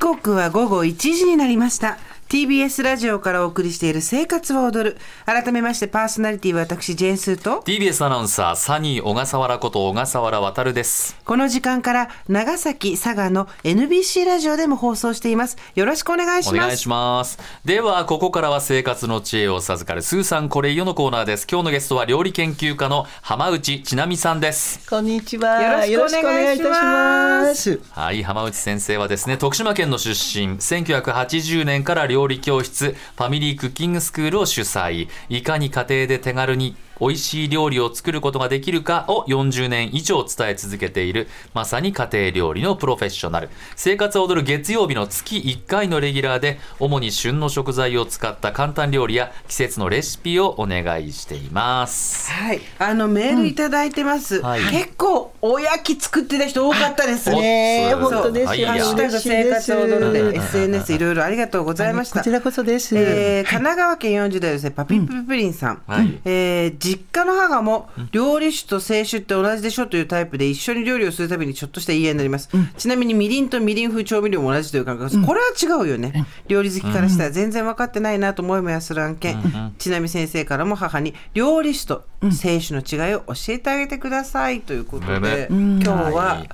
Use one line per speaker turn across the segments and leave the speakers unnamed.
刻は午後1時になりました TBS ラジオからお送りしている「生活は踊る」改めましてパーソナリティは私ジェーンスーと
TBS アナウンサーサニー小笠原こと小笠原渉です
この時間から長崎佐賀の NBC ラジオでも放送していますよろしくお願いし
お
ます
願いしますではここからは生活の知恵を授かるスーさんこれよのコーナーです今日のゲストは料理研究家の浜内千奈美さんです
こんにちは。。
よろしくお願いします
はい、浜内先生はですね、徳島県の出身、1980年から料理教室、ファミリークッキングスクールを主催。いかに家庭で手軽に美味しい料理を作ることができるかを40年以上伝え続けている、まさに家庭料理のプロフェッショナル。生活を踊る月曜日の月1回のレギュラーで、主に旬の食材を使った簡単料理や季節のレシピをお願いしています。
はい、あのメールいただいてます、
はい
結構おやき作ってた人多かったですね
ねえ、
お
本当です
はい
よ。
ハッシュタグ
嬉しいで
生活
す
を踊る
うん
で SNS いろいろありがとうございました
こちらこそです。
えー神奈川県40代ですねパピププリンさん、
はい
えー実家の母も料理酒と清酒って同じでしょというタイプで一緒に料理をするたびにちょっとした言い合いになります、ちなみにみりんとみりん風調味料も同じという感覚です、これは違うよね料理好きからしたら全然分かってないなと思いもやする案件、ちなみ先生からも母に料理酒と清酒の違いを教えてあげてくださいということ
むむ
で、今日は、
はい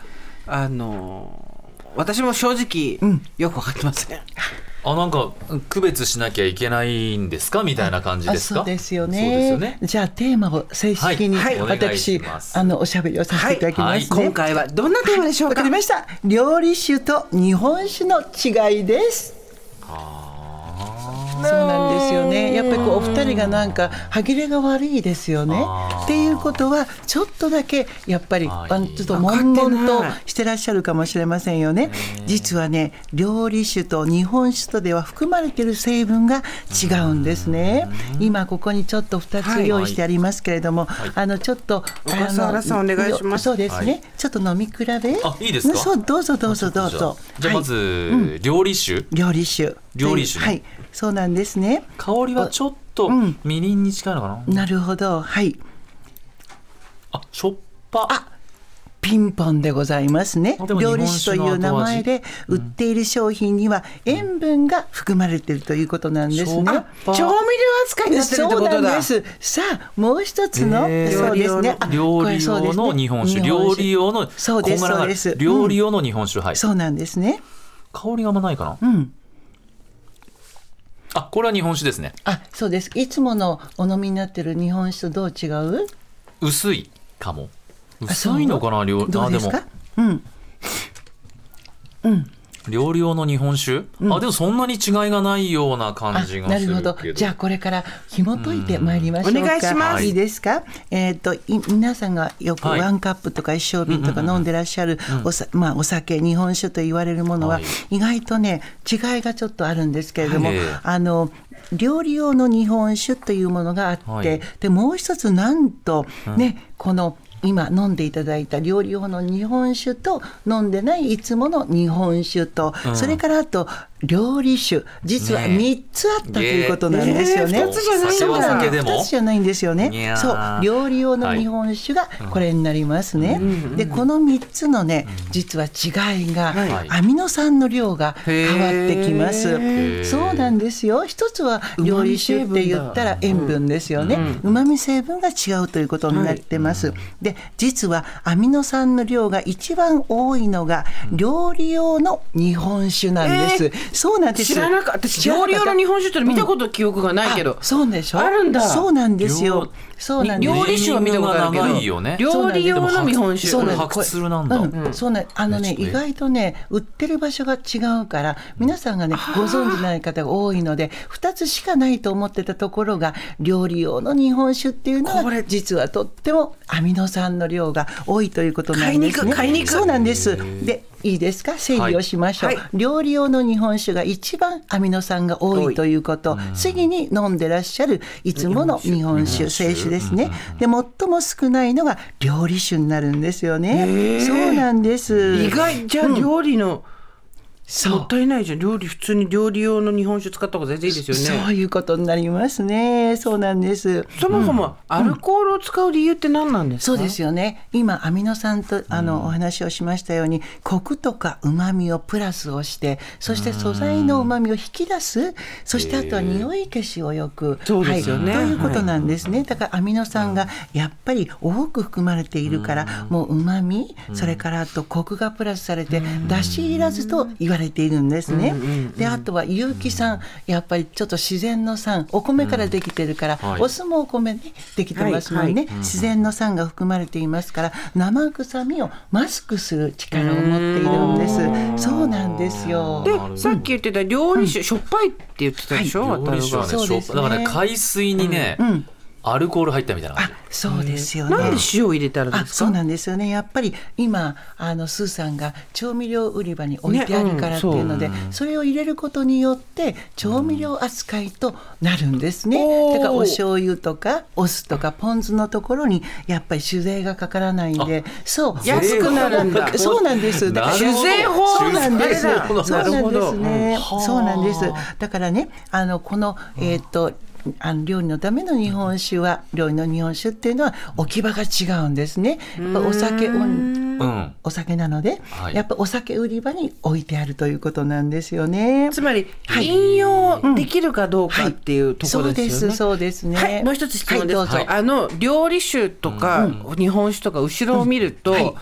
あのー私も正直、よく分かってません
あ、なんか、区別しなきゃいけないんですかみたいな感じ
あ
ですか
そうですよ
そうですよね
ね。。じゃあテーマを正式に
はいはいお
私
願いします
あのおしゃべりをさせていただきます
はい
ね。
今回はどんなテーマでしょう
わ
か
かりました。料理酒と日本酒の違いです。そうなんですよね。やっぱりこうお二人がなんか歯切れが悪いですよね
あー。
っていうことはちょっとだけやっぱり
は
あ
い
のちょっと悶々
わ
と
かってない
してらっしゃるかもしれませんよね。実はね料理酒と日本酒とでは含まれている成分が違うんですね。今ここにちょっと二
は
つ
い
用意してありますけれども、
い
あのちょっと
小笠原さん
あの
お願いします
そうですね。
はい
ちょっと飲み比べ。
あいいですか
そうどうぞどうぞどうぞ。
じゃあまず、
はい
料理酒
料理酒。
料理酒ね
はい、そうなんですね。
香りはちょっと
うん
みりんに近いのかな、
なるほど、はい、
あしょっぱあ
ピンポンでございますね
あでも。
料理酒という名前で売っている商品には塩分が含まれているということなんですね。
あ
調味料扱いになってるって
そ
こ
うな
と
んで
だ。
す。さあ、もう一つの、
へー
そうですね。あ
料
これ
理
そうで
用
すね
の日本酒料理用の
そうです
こんがらがる
そうです
料理用の日本酒はい、
そうなんですね。
香りがあんまないかな、
ん
あこれは日本酒ですね
あ、そうです。いつものお飲みになってる日本酒とどう違う？
薄いかも
あそう
薄いのかな料
ど
あ
う
で
です
も
か？うん。
料理用の日本酒、あでもそんなに違いがないような感
あ
じが
な
するけ
る
ど
ほどじゃあこれから紐解いてまいりましょうか、
うんお願いします
いいですかえっ、とい皆さんがよく
はい
ワンカップとか一升瓶とか飲んでらっしゃるおさ、まあ、お酒日本酒と言われるものは、
はい
意外とね違いがちょっとあるんですけれども、
ええ
あの料理用の日本酒というものがあって、
はい
でもう一つなんと、ねこの今飲んでいただいた料理用の日本酒と飲んでないいつもの日本酒と、
ん
それからあと料理酒実は
ねえ
3つあったということなんですよね。
えー二つじゃないんだ
そうなん
酒は
です
酒でも
二つじゃないんですよ
いや
ね。
ー
そう、料理用の日本酒がこれになりますね。で、この三つのね、実は違いが、
はい
アミノ酸の量が変わってきます
ー。
そうなんですよ。一つは料理酒って言ったら塩分ですよね。旨味成分が違うということになってます。で、実はアミノ酸の量が一番多いのが料理用の日本酒なんです。そうなんです。
知らなかった。私
知らな
料
か
理
った
用の日本酒って見たこと記憶がないけど。
あそうでしょ
あるんだ
そうなんですよ
料
そうなんです
料理酒は見たことあるけど。
ネーミングが長いよね
料理用の日本
そ
酒。
うなん
こ
だ白鶴なんだ
うそうなんあのね
ねちょっと
意外とね売ってる場所が違うから皆さんがねご存じない方が多いので2つしかないと思ってたところが料理用の日本酒っていうの
これ
は実はとってもアミノ酸の量が多いということなんですね
買いに行く買いに行く
そうなんですでいいですか整理をしましょう、
はいはい
料理用の日本酒が一番アミノ酸が多いということ次に飲んでらっしゃるいつもの日本酒清酒ですねで最も少ないのが料理酒になるんですよねそうなんです
れ意外じゃあ料理の
そう
もったいないじゃん料理普通に料理用の日本酒使った方が全然いいですよね
そういうことになりますね。そうなんです。
そもそもアルコールを使う理由って何なんですか、
そうですよね。今アミノ酸とあの、お話をしましたようにコクとか旨味をプラスをして、そして素材の旨味を引き出す、そしてあとは匂い消しをよく、
そうですよね
はい、ということなんですね。だからアミノ酸がやっぱり多く含まれているから、もう旨味、それからあとコクがプラスされて出しいらずと言われているんですね。であとは有機酸、やっぱりちょっと自然の酸、お米からできてるから、
はい
お酢もお米でできてますもん
は
ね。
いはい
自然の酸が含まれていますから生臭みをマスクする力を持っているんですそうなんですよ
なるほど
でさっき言ってた料理酒、しょっぱいって言ってたでしょ、
料理酒
渡辺
はね
そう
しょ
で
っ
す
ぱ
ね
だからね海水にね、アルコール入ったみたいな感
あ
じ
そうですよ
がなん
ね
で塩を入れてあるん
あ
です
そう
か
なんですよねやっぱり今あのスーさんが調味料売り場に置いてあるからっていうので、
ね
それを入れることによって調味料扱いとなるんですね、
おー
だからお醤油とかお酢とかポン酢のところにやっぱり酒税がかからないんでそう
安くなるんだ
そうなんですだから
なるほど酒税法
そうなんです。
酒税法
そうなんです
な
ね。
ほど
そうなんです
は。
だからね、あのこのえっ、と。あの料理のための日本酒は料理の日本酒っていうのは置き場が違うんですね。やっぱお酒オン
うん
お酒なので、
はい
やっぱお酒売り場に置いてあるということなんですよね。
つまり、引用できるかどうかっていうところですよね、
そうです、そうですね。
はい、もう一つ質問です。
はい、どうぞ。
あの料理酒とか、日本酒とか後ろを見ると、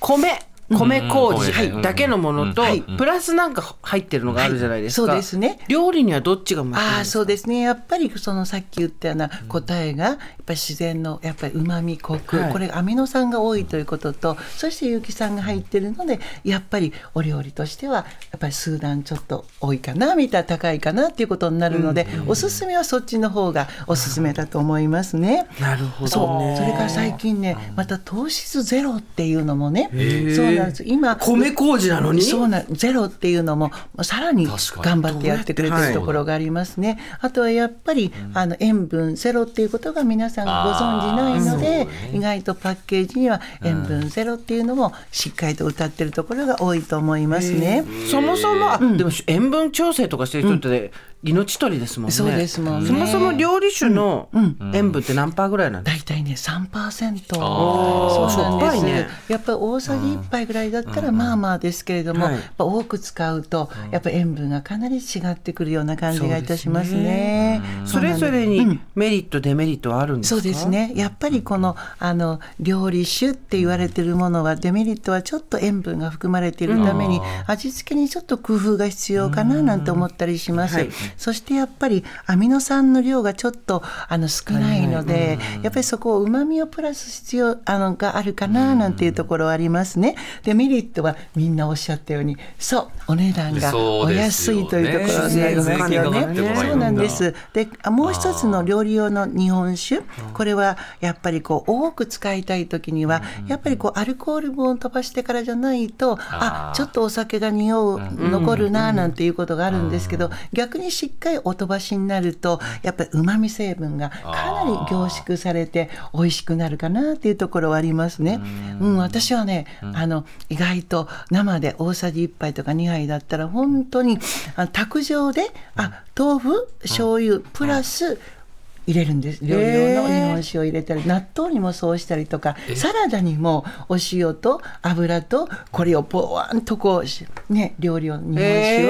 米米麹
うん
だけのものと、
うん
はいプラスなんか入ってるのがあるじゃないですか。
はいそうですね
料理にはどっちが向いてるん
ああ
ですか。
そうですねやっぱりそのさっき言ったような答えがやっぱり自然のやっぱりうまみコク、
はい
これアミノ酸が多いということとそして有機酸が入ってるのでやっぱりお料理としてはやっぱり数段ちょっと多いかなみたいな高いかなっていうことになるので、おすすめはそっちの方がおすすめだと思いますね。
なるほ
そ
どね。
うそれから最近ねまた糖質ゼロっていうのもねそうなんです今
米麹なのに。
そうなんゼロっていうのもさらに
確かに
頑張ってやってくれて
どうやっ
る
て
ところがありますね。あとはやっぱり、あの塩分ゼロっていうことが皆さんがご存じないの
あー
で、
そうね
意外とパッケージには塩分ゼロっていうのもしっかりと歌ってるところが多いと思いますね。
そもそも、あでも塩分調整とかしてる人って命取りですもんね。
そうですもんね
そもそも料理酒の塩分って何パーぐらいなんですか
だいたいね3%
あ
ー
そうなんで
しょっぱい
す
ね
やっぱり大さじ1杯ぐらいだったらまあまあですけれども、
はい
やっぱ多く使うとやっぱ塩分がかなり違ってくるような感じがいたします
そうです
ね。
それぞれにメリット、デメリットはあるんですか
そうですねやっぱりこのあの料理酒って言われてるものはデメリットはちょっと塩分が含まれているために味付けにちょっと工夫が必要かななんて思ったりします、
はい
そしてやっぱりアミノ酸の量がちょっとあの少ないので、やっぱりそこをうまみをプラス必要あのがあるかななんていうところはありますねデメリットはみんなおっしゃったようにそうお値段が
そう
お
です
安
よね
いというところになりますよ
税金がかか
ね
ってこないんだ
そうなんですであもう一つの料理用の日本酒これはやっぱりこう多く使いたい時にはやっぱりこうアルコール分を飛ばしてからじゃないと
あ
あ
ー
ちょっとお酒が匂う残るななんていうことがあるんですけど逆にしっかりお飛ばしになるとやっぱりうまみ成分がかなり凝縮されて美味しくなるかなっていうところはありますね。うん、私はね、あの意外と生で大さじ1杯とか2杯だったら本当にあ卓上であ豆腐醤油プラス入れるんです料理用の日本酒を入れたり、納豆にもそうしたりとかサラダにもお塩と油とこれをポワンとこうしね料理用の日本酒を、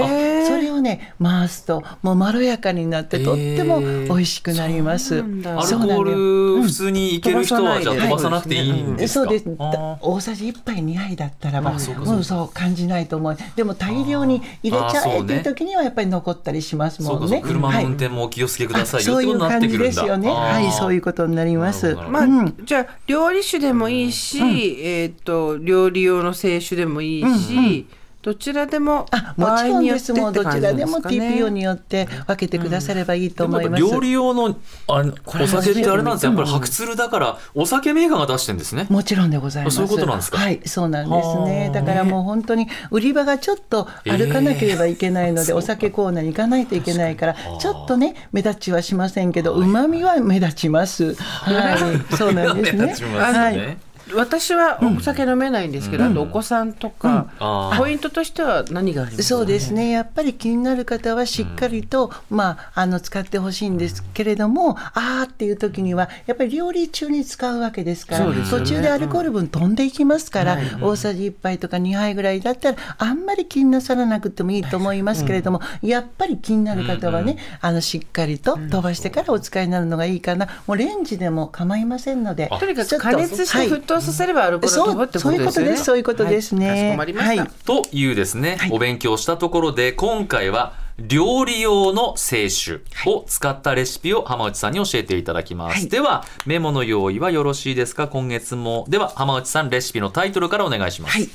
えー
それをね回すともうまろやかになってとっても
えー
美味しくなります。
アル
そう
コ
なんだよ
ール普通にいける人はじゃあ飛ばさなくていいんですか、
そうです
あー
大さじ1杯2杯だったらば、
そうか
うんそう感じないと思うでも大量に入れち
あー
ゃ
そ
え
う
っ
ね
ていう時にはやっぱり残ったりします
そ
も
うか
ん
そう
ね
か車の運
はい
転もお気をつけくださ
あ
いよ
そ
っ
う
て
い
こ
う
とになっ
感
て
じ
くる
で
んだ
すよねはいそういう
こ
ことになります
なるほど
まあ、
うん
じゃあ料理酒でもいいし、えっ、と料理用の清酒でもいいし、どちらでも
あもちろんですもうどちらでも TPO に
よ
よって分けてくださればいいと思います、
料理用のあの
れ
お酒ってあれなんですよやっぱり白鶴だからお酒メーカーが出してんですね
もちろんでございます。
そういうことなんですか
はい、そうなんです
はあ
ね。だからもう本当に売り場がちょっと歩かなければいけないので、お酒コーナーに行かないといけないから、ちょっとね目立ちはしませんけど、旨味は目立ちます。はい、そうなんで す
目
ね
立ち。ますね
はい。
私はお酒飲めないんですけど、あとお子さんとか、
あー
ポイントとしては何がありますか
そうですねやっぱり気になる方はしっかりと、まあ、あの使ってほしいんですけれどもあーっていう時にはやっぱり料理中に使うわけですから
そうですよね
途中でアルコール分飛んでいきますから、
はい
大さじ1杯とか2杯ぐらいだったらあんまり気になさらなくてもいいと思いますけれども、やっぱり気になる方はね、あのしっかりと飛ばしてからお使いになるのがいいかなもうレンジでも構いませんので
とにか
ちょ
く
っ
加熱して
はい
沸騰させればアルコールが飛ぶってことですよね。
そういうことですそういうことですね
はいかしこまりました。
はい
というですね、お勉強したところで今回は料理用の清酒を使ったレシピを浜内さんに教えていただきます、
はい
ではメモの用意はよろしいですか今月もでは浜内さんレシピのタイトルからお願いします、
はい、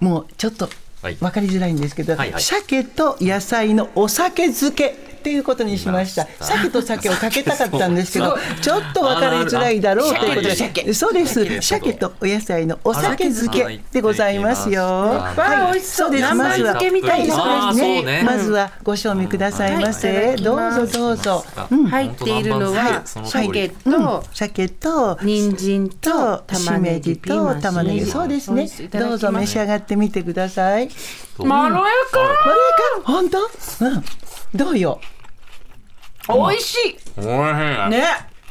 もうちょっと
はい
分かりづらいんですけど、
はいはい
鮭と野菜のお酒漬けっていうことにしました
いました
鮭と酒をかけたかったんですけどちょっと分かりづらいだろうということで
あ鮭と鮭
そうです
鮭と
鮭とお野菜のお酒漬けでございますよ
あ
ー美味しそう
そうです
南蛮
まずは
漬けみたいな
はいそうです
あーそうね
まずはご賞味くださいま
うんはい
せ、
いた
ど
だ
う
きま
ぞ
す
どうぞ
うん
入っているのは
本当南蛮漬けその通
鮭と
り
鮭と
人参と
とし
玉
め
ね
じ
ぎピーマ
と
ン
玉ねぎ
しめじ
そうです
美
ね
味しいいただき
ど
ま
う
す
ぞ召し上がってみてください
まろやか、
まろやか本当うんどうよ
美味しい。
おいしい
ね、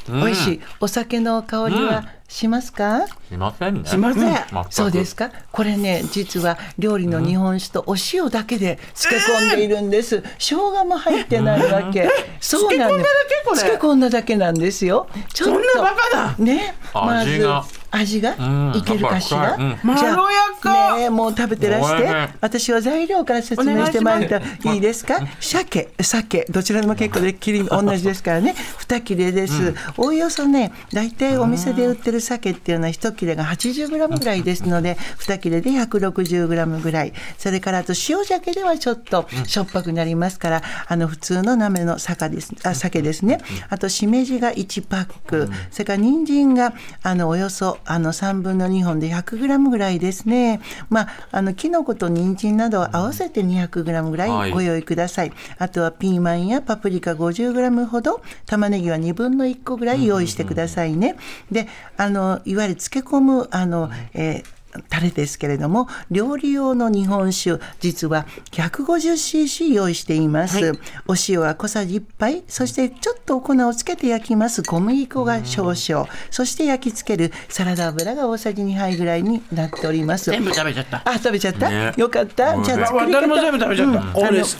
美味しいお酒の香りはしますか、
しませんね
しません。
全く
そうですかこれね実は料理の日本酒とお塩だけで漬け込んでいるんです、生姜も入ってないわけ、そうなんです
漬け
漬け込んだだけなんですよちょっと
そんなバカな
ねまず
味が
味
うん
がいけるかしら、
うん
まろやか
ねえもう食べてらし
おい
て
しい
私は材料から説明してまいりたいいいですか鮭鮭どちらでも結構で切り同じですからね2切れです、おおよそね大体お店で売ってる鮭っていうのは1切れが 80g ぐらいですので2切れで 160g ぐらいそれからあと塩鮭ではちょっとしょっぱくなりますからあの普通の鍋の鮭ですあ鮭ですねあとしめじが1パックそれから人参があのおよそあの3分の2本で 100g ぐらいですねまああのきのこと人参などを合わせて 200g ぐ
は
ら
い
いご用意ください、あとはピーマンやパプリカ 50g ほど玉ねぎは2分の1個ぐらい用意してくださいね、であのいわゆる漬け込むあの、えータレですけれども料理用の日本酒実は 150cc 用意しています、お塩は小さじ1杯そしてちょっとお粉をつけて焼きます小麦粉が少々そして焼きつけるサラダ油が大さじ2杯ぐらいになっております
全部食べちゃった。
あ食べちゃった、
ね
よかったじゃあ作り
誰も全
方
部食べちゃった。
あ
俺で
の
す。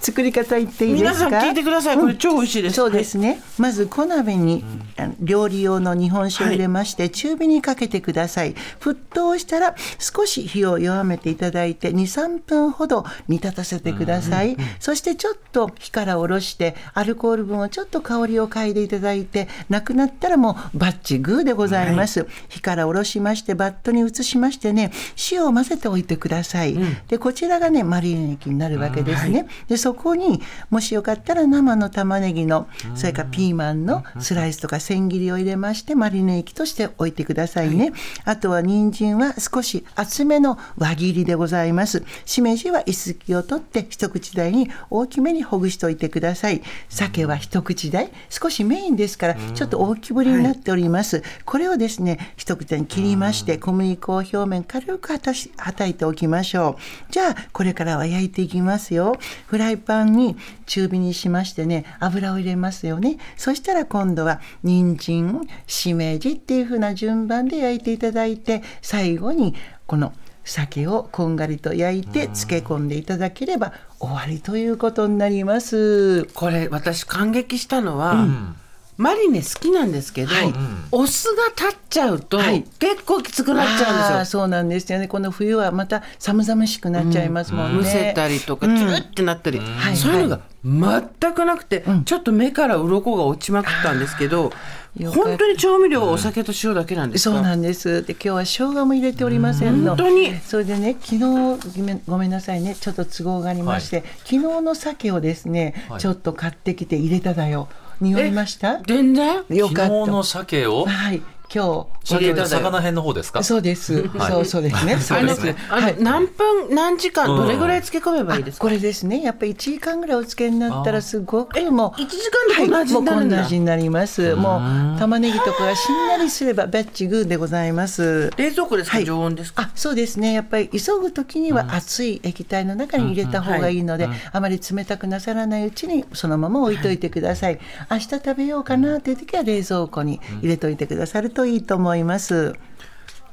作り方言っていいで
皆
すか
さん聞いてください。これ超美味しいです。
そうですね、まず小鍋にあの料理用の日本酒を入れまして、中火にかけてください沸騰したら少し火を弱めていただいて23分ほど煮立たせてください、そしてちょっと火から下ろしてアルコール分をちょっと香りを嗅いでいただいてなくなったらもうバッチグーでございます、火から下ろしましてバットに移しましてね塩を混ぜておいてください、でこちらがねマリネ液になるわけですね、でそこにもしよかったら生の玉ねぎのそれからピーマンのスライスとか千切りを入れましてマリネ液としておいてくださいね、あとは人参は少し厚めの輪切りでございますしめじは一石を取って一口大に大きめにほぐしておいてください鮭は一口大少しメインですからちょっと大きぶりになっております、これをですね一口大に切りまして小麦粉を表面軽くはたしはたいておきましょうじゃあこれからは焼いていきますよフライパンに中火にしましてね油を入れますよねそしたら今度は人参しめじっていう風な順番で焼いていただいて最後にこの酒をこんがりと焼いて漬け込んでいただければ終わりということになります。
これ私感激したのは、マリネ好きなんですけど、お酢が立っちゃうと、
はい
結構きつくなっちゃうん
あー
ですよ。
そうなんですよね。この冬はまた寒々しくなっちゃいますもんね。
むせたりとか、
う
つ
ん
るってなったり、
い
そういうのが全くなくて、ちょっと目から鱗が落ちまくったんですけど、
よかった
本当に調味料はお酒と塩だけなんですか、
そうなんです。で今日は生姜も入れておりませんの。
本当に
それでね昨日ごめんごめんなさいねちょっと都合がありまして、昨日の鮭をですね、
はい
ちょっと買ってきて入れただよ。匂いました？
全然
よかった。
昨日の鮭を
はい。今日
シャケって魚辺の方ですか
そ うです、
はい
そうそうですね
そうですね
あの
はい
何分何時間
うん
どれぐらい漬け込めばいいです
こ
か。
れですねやっぱり1時間ぐらいお漬けになったらすごくもう
一時間でこんな味になるんだ
はいもうこんな味になりますもう玉ねぎとかがしんなりすればバッチグーでございます
冷蔵庫ですか、
はい
常温ですか。
あそうですねやっぱり急ぐ時には熱い液体の中に入れた方がいいので、あまり冷たくなさらないうちにそのまま置いといてください、明日食べようかなという時は冷蔵庫に入れといてくださるといいと思います、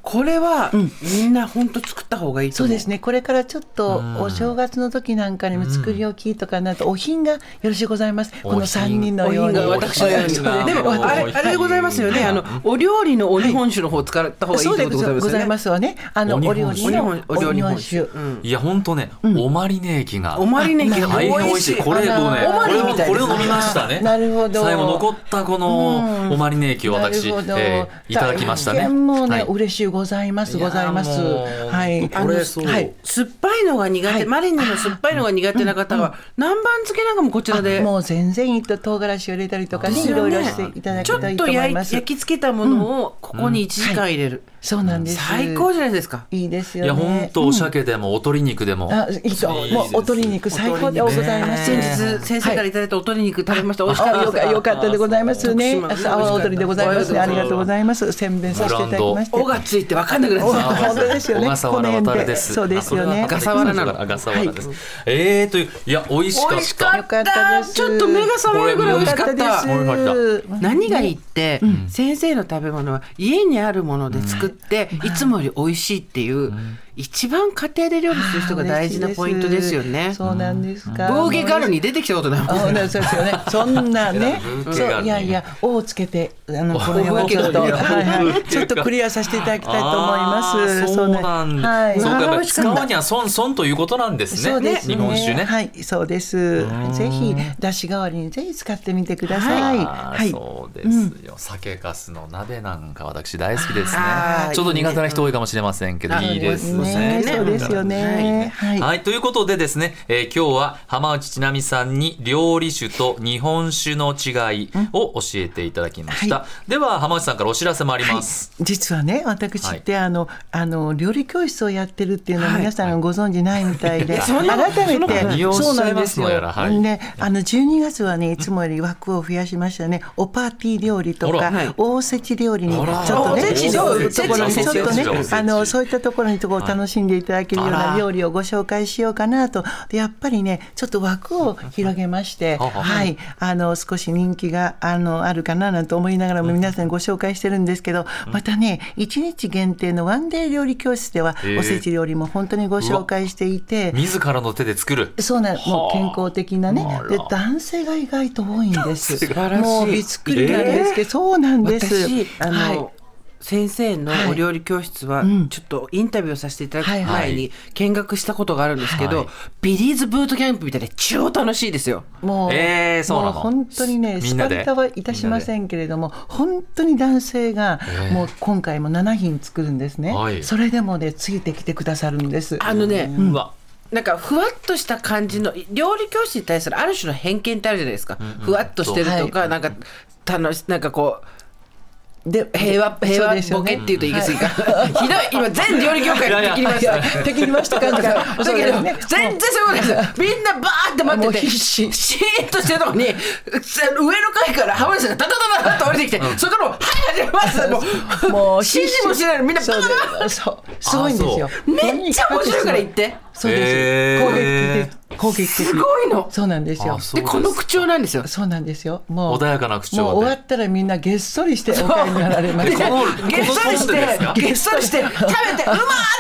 これは、みんな本当作った方がいいと
そう
思う。
ですねこれからちょっとお正月の時なんかにも作り置きとかなるとお品がよろしゅうございますこ
お
の
品
3人のように
お品が私のように
そうです
でも
あの
あれあれでございますよね。
はい
あのお料理のお日本酒の方を使った方がいいっ
そう
てこ
で
とで
ご
ござ
ざ
い
い
ま
ますすわね。あの
お日
お
本
料
よね。
理
お日
の
本お料理日本酒。
お日
う
本
ん
いや本当ね、おまりね液が
おまりねぎが
大変美
美
味
味
し
し
い
い。
これ
あの
もうね
おま
こ
り
れを
みたい
こ
です
れを飲みましたね
あーなるほど
最後残ったこのおまりね液を私、
なるほど
えーいただきましたね
大変もう
はい
ね嬉しゅうございます
いや
ございます。
もう
はい。
これそう
はい
酸っぱいのが苦手、
はい
マリネの酸っぱいのが苦手な方は、南蛮漬けなんかもこちらで。
もう全然いいと唐辛子を入れたりとかね
です
い
よ
ろい
ね
ろしていただ
ちょ
く
っ
といいと
と
思
焼
い
い
ます
焼。き付けたものをここに1時間入れる、
そうなんです。
最高じゃないですか
いいです
い
よね。
や本当お鮭でもお鶏肉でも、
あいいと
いいです
もうお鶏肉最高でございます。
先
ね
日先生からいただいたお鶏肉食べました、美味しか
あ
った
よかよかったでございますね。
徳島
朝阿波踊りでございますね。
あ
あ
り
り
が
が
と
と
う
う
ご
ございます。宣伝させていただきまして。
おがついて分かんなくなっち
お
ゃっ
本当ですよね
小笠原渡です。
この辺でそうですよね
あ
小笠原なの
あ小笠原です。えーといういや美味しか
た
っ
美
た。
味しか
よ
っ
か
た
ったです
ちょっと目が覚めるぐらい美味しかった
これも良かったで
何がいいって、先生の食べ物は家にあるもので作って、いつもより美味しいっていう、一番家庭で料理する人が大事なポイントですよね
そうなんですか。
ボーゲガルに出てきたこと ないもん
あ。そうですよね。そんなね
ブー。ケガル
そう
に
いやいや、おをつけて、あの、これをちょっと、
お
は
ブ
い
ーケガル に
はい、ちょっとクリアさせていただきたいと思います。
あーそうなんだ。
はい
そうかやっぱり使
わ
うには損損ということなんですね。
そうですね。
日本酒ね。
はい、そうです。ぜひ、だし代わりにぜひ使ってみてください。
あー
はい。
そうですよ、酒粕の鍋なんか私大好きですね
あー
ちょっと苦手な人多いかもしれませんけど、
うん
いいですね
あそう
そうですよね。
はい、
はい。
ということでですね、えー今日は浜内千奈美さんに料理酒と日本酒の違いを教えていただきました、では浜内さんからお知らせもあります、
実はね、私って、あの、あの料理教室をやってるっていうのを
はい
皆さんがご存じないみたいで、
そんなこと
改め
そんなこと
て
利用しち
そう
ゃ
ないんで
ます
す
の
よ。
やらはい
で、あの12月はね、いつもより枠を増やしましたね。おパーティー料理と
あ
から
はい、
大席料理にちょ
あら
っとね、
おせち
そういう
そう
ところに
おせち
ちょっとね
おせ、ち
あのそういったところにとこを楽しんでいただけるよ
あ
うな
ら
料理をご紹介しようかなと。でやっぱりね、ちょっと枠を広げまして、
はは
はい。あの少し人気があのあるかななんて思いながらも皆さんにご紹介してるんですけど、またね1日限定のワンデー料理教室では
へえ
おせち料理も本当にご紹介していて。
自らの手で作る
そうなんもう健康的なね
あら
で男性が意外と多いんです
素晴らしい
もうびっくりなんですけど、そうなんです
私あの、
はい
先生のお料理教室はちょっとインタビューをさせていただく
は
前
いは
に見学したことがあるんですけど、
はい
ビリーズブートキャンプみたいで超楽しいですよ。
もう、
えーそうなの
もう本当にね、
み
ス
んな
パ
で
ルタはいたしませんけれども、本当に男性が、もう今回も7品作るんですね、
はい
それでもね、ついてきてくださるんです。
あのね、
うわ
なんかふわっとした感じの料理教師に対するある種の偏見ってあるじゃないですか、ふわっとしてるとか、なんか楽しなんかこう
で
平和平
そう
和
ですよ
ボケ
ね
って言うと言い過ぎか、 ひどい今全料理業界で切りましただ
敵にました感じが
けど全然そういうことですみんなバーって待ってて
もう必
シーンとしてるのに上の階から浜田さんがダダダダダと降りてきて、それからもう「はい始めます」もう
もう
指示もしないのにみんなバ
そ
タ
う
バタ
でそうすごいんですよ
めっちゃ面白いから言って
そうです、
へ
攻撃的攻撃
す
的
ごいの
そうなんですよ
あそう
でこの口調なんですよ
そうなんですよもう
穏やかな口調で
もう終わったらみんなげっそりしてお帰りになられま
で
し
こ
た
の
げっそりし
このです
て
か、
げっそりして、食べて、うま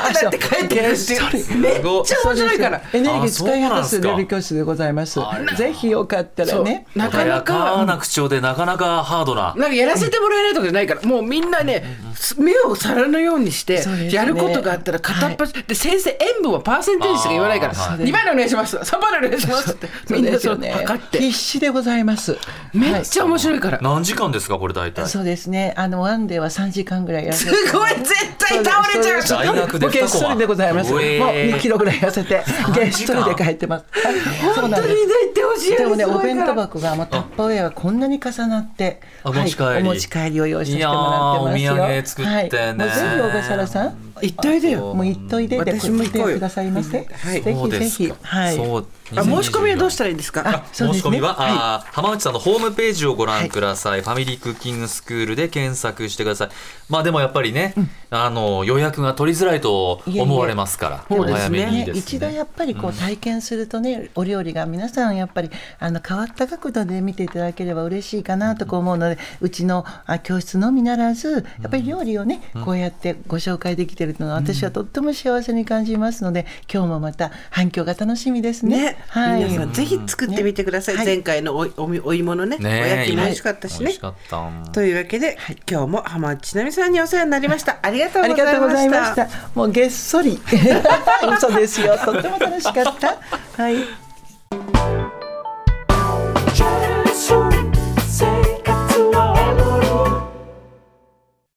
ーってなって帰ってくるっていう
げっそ
めっちゃ面白いから。
エネルギー使い果た
あそうなん
す
ですか
料理教室でございます
あら
ぜひよかったらね
そうなか
穏
な
や
か
か、な口調でなかなかハードな
なんかやらせてもらえないとかじゃないから、もうみんなね、目を皿のようにして
そうです、ね
やることがあったら片っ端、で、先生、塩分はパーセンテージしか言わないから、
あー
はい
2番でお願いします、3番でお願いします って、みんなそう測って
必、死でございます
めっちゃ面白いから。
何時間ですかこれ大体
そうですねあのワンデーは3時間ぐらいやらせ
す
て
ごい、絶対倒れちゃう
大学で
もうげっそりでございます。
う
もう
えー
2キロぐらい痩せて、げっそりで帰ってます。はいそう
本
な
当
ん
に
です
言ってほジュール
でもね
す
お
ごい
弁
から
当箱がもうタッパーウェアがこんなに重なって
あ
はい
持ち帰り
お持ち帰りを用意させてもらってますよ
いやーお土産作ってね
はい、もうぜひ小笠原さん
一体だよ
もう一っといでで
私も行こうよ
来てくださいませ、
はい
ぜ
そう
ひ
で
ぜ
す
ひ
か。
はい
そう
あ申し込みはどう
し
したらいいんですか
あそう
申
で
し
すね
込みは、
はい
あー浜内さんのホームページをご覧ください、ファミリークッキングスクールで検索してくださいまあでもやっぱりね、あの予約が取りづらいと思われますから
いえいえ
お早めに
そうですね
ですね
一度やっぱりこう体験するとね、お料理が皆さんやっぱりあの変わった角度で見ていただければ嬉しいかなとこう思うのでうちのあ教室のみならずやっぱり料理をね、こうやってご紹介できてるのは私はとっても幸せに感じますので、今日もまた反響が楽しみですね。
ね、
はい、
皆さんぜひ作ってみてください、
ねはい
前回のおおみお芋のね
ねえ
おやきも美味しかったし
美
ね
味しかった
というわけで、今日も浜内千奈美さんにお世話になりましたありがとう
あ
ご
り
ざ
が
い
と
う
ご
ま
ざい
し
ました た。もうげっそり。嘘ですよ。とっても楽しかった。はい。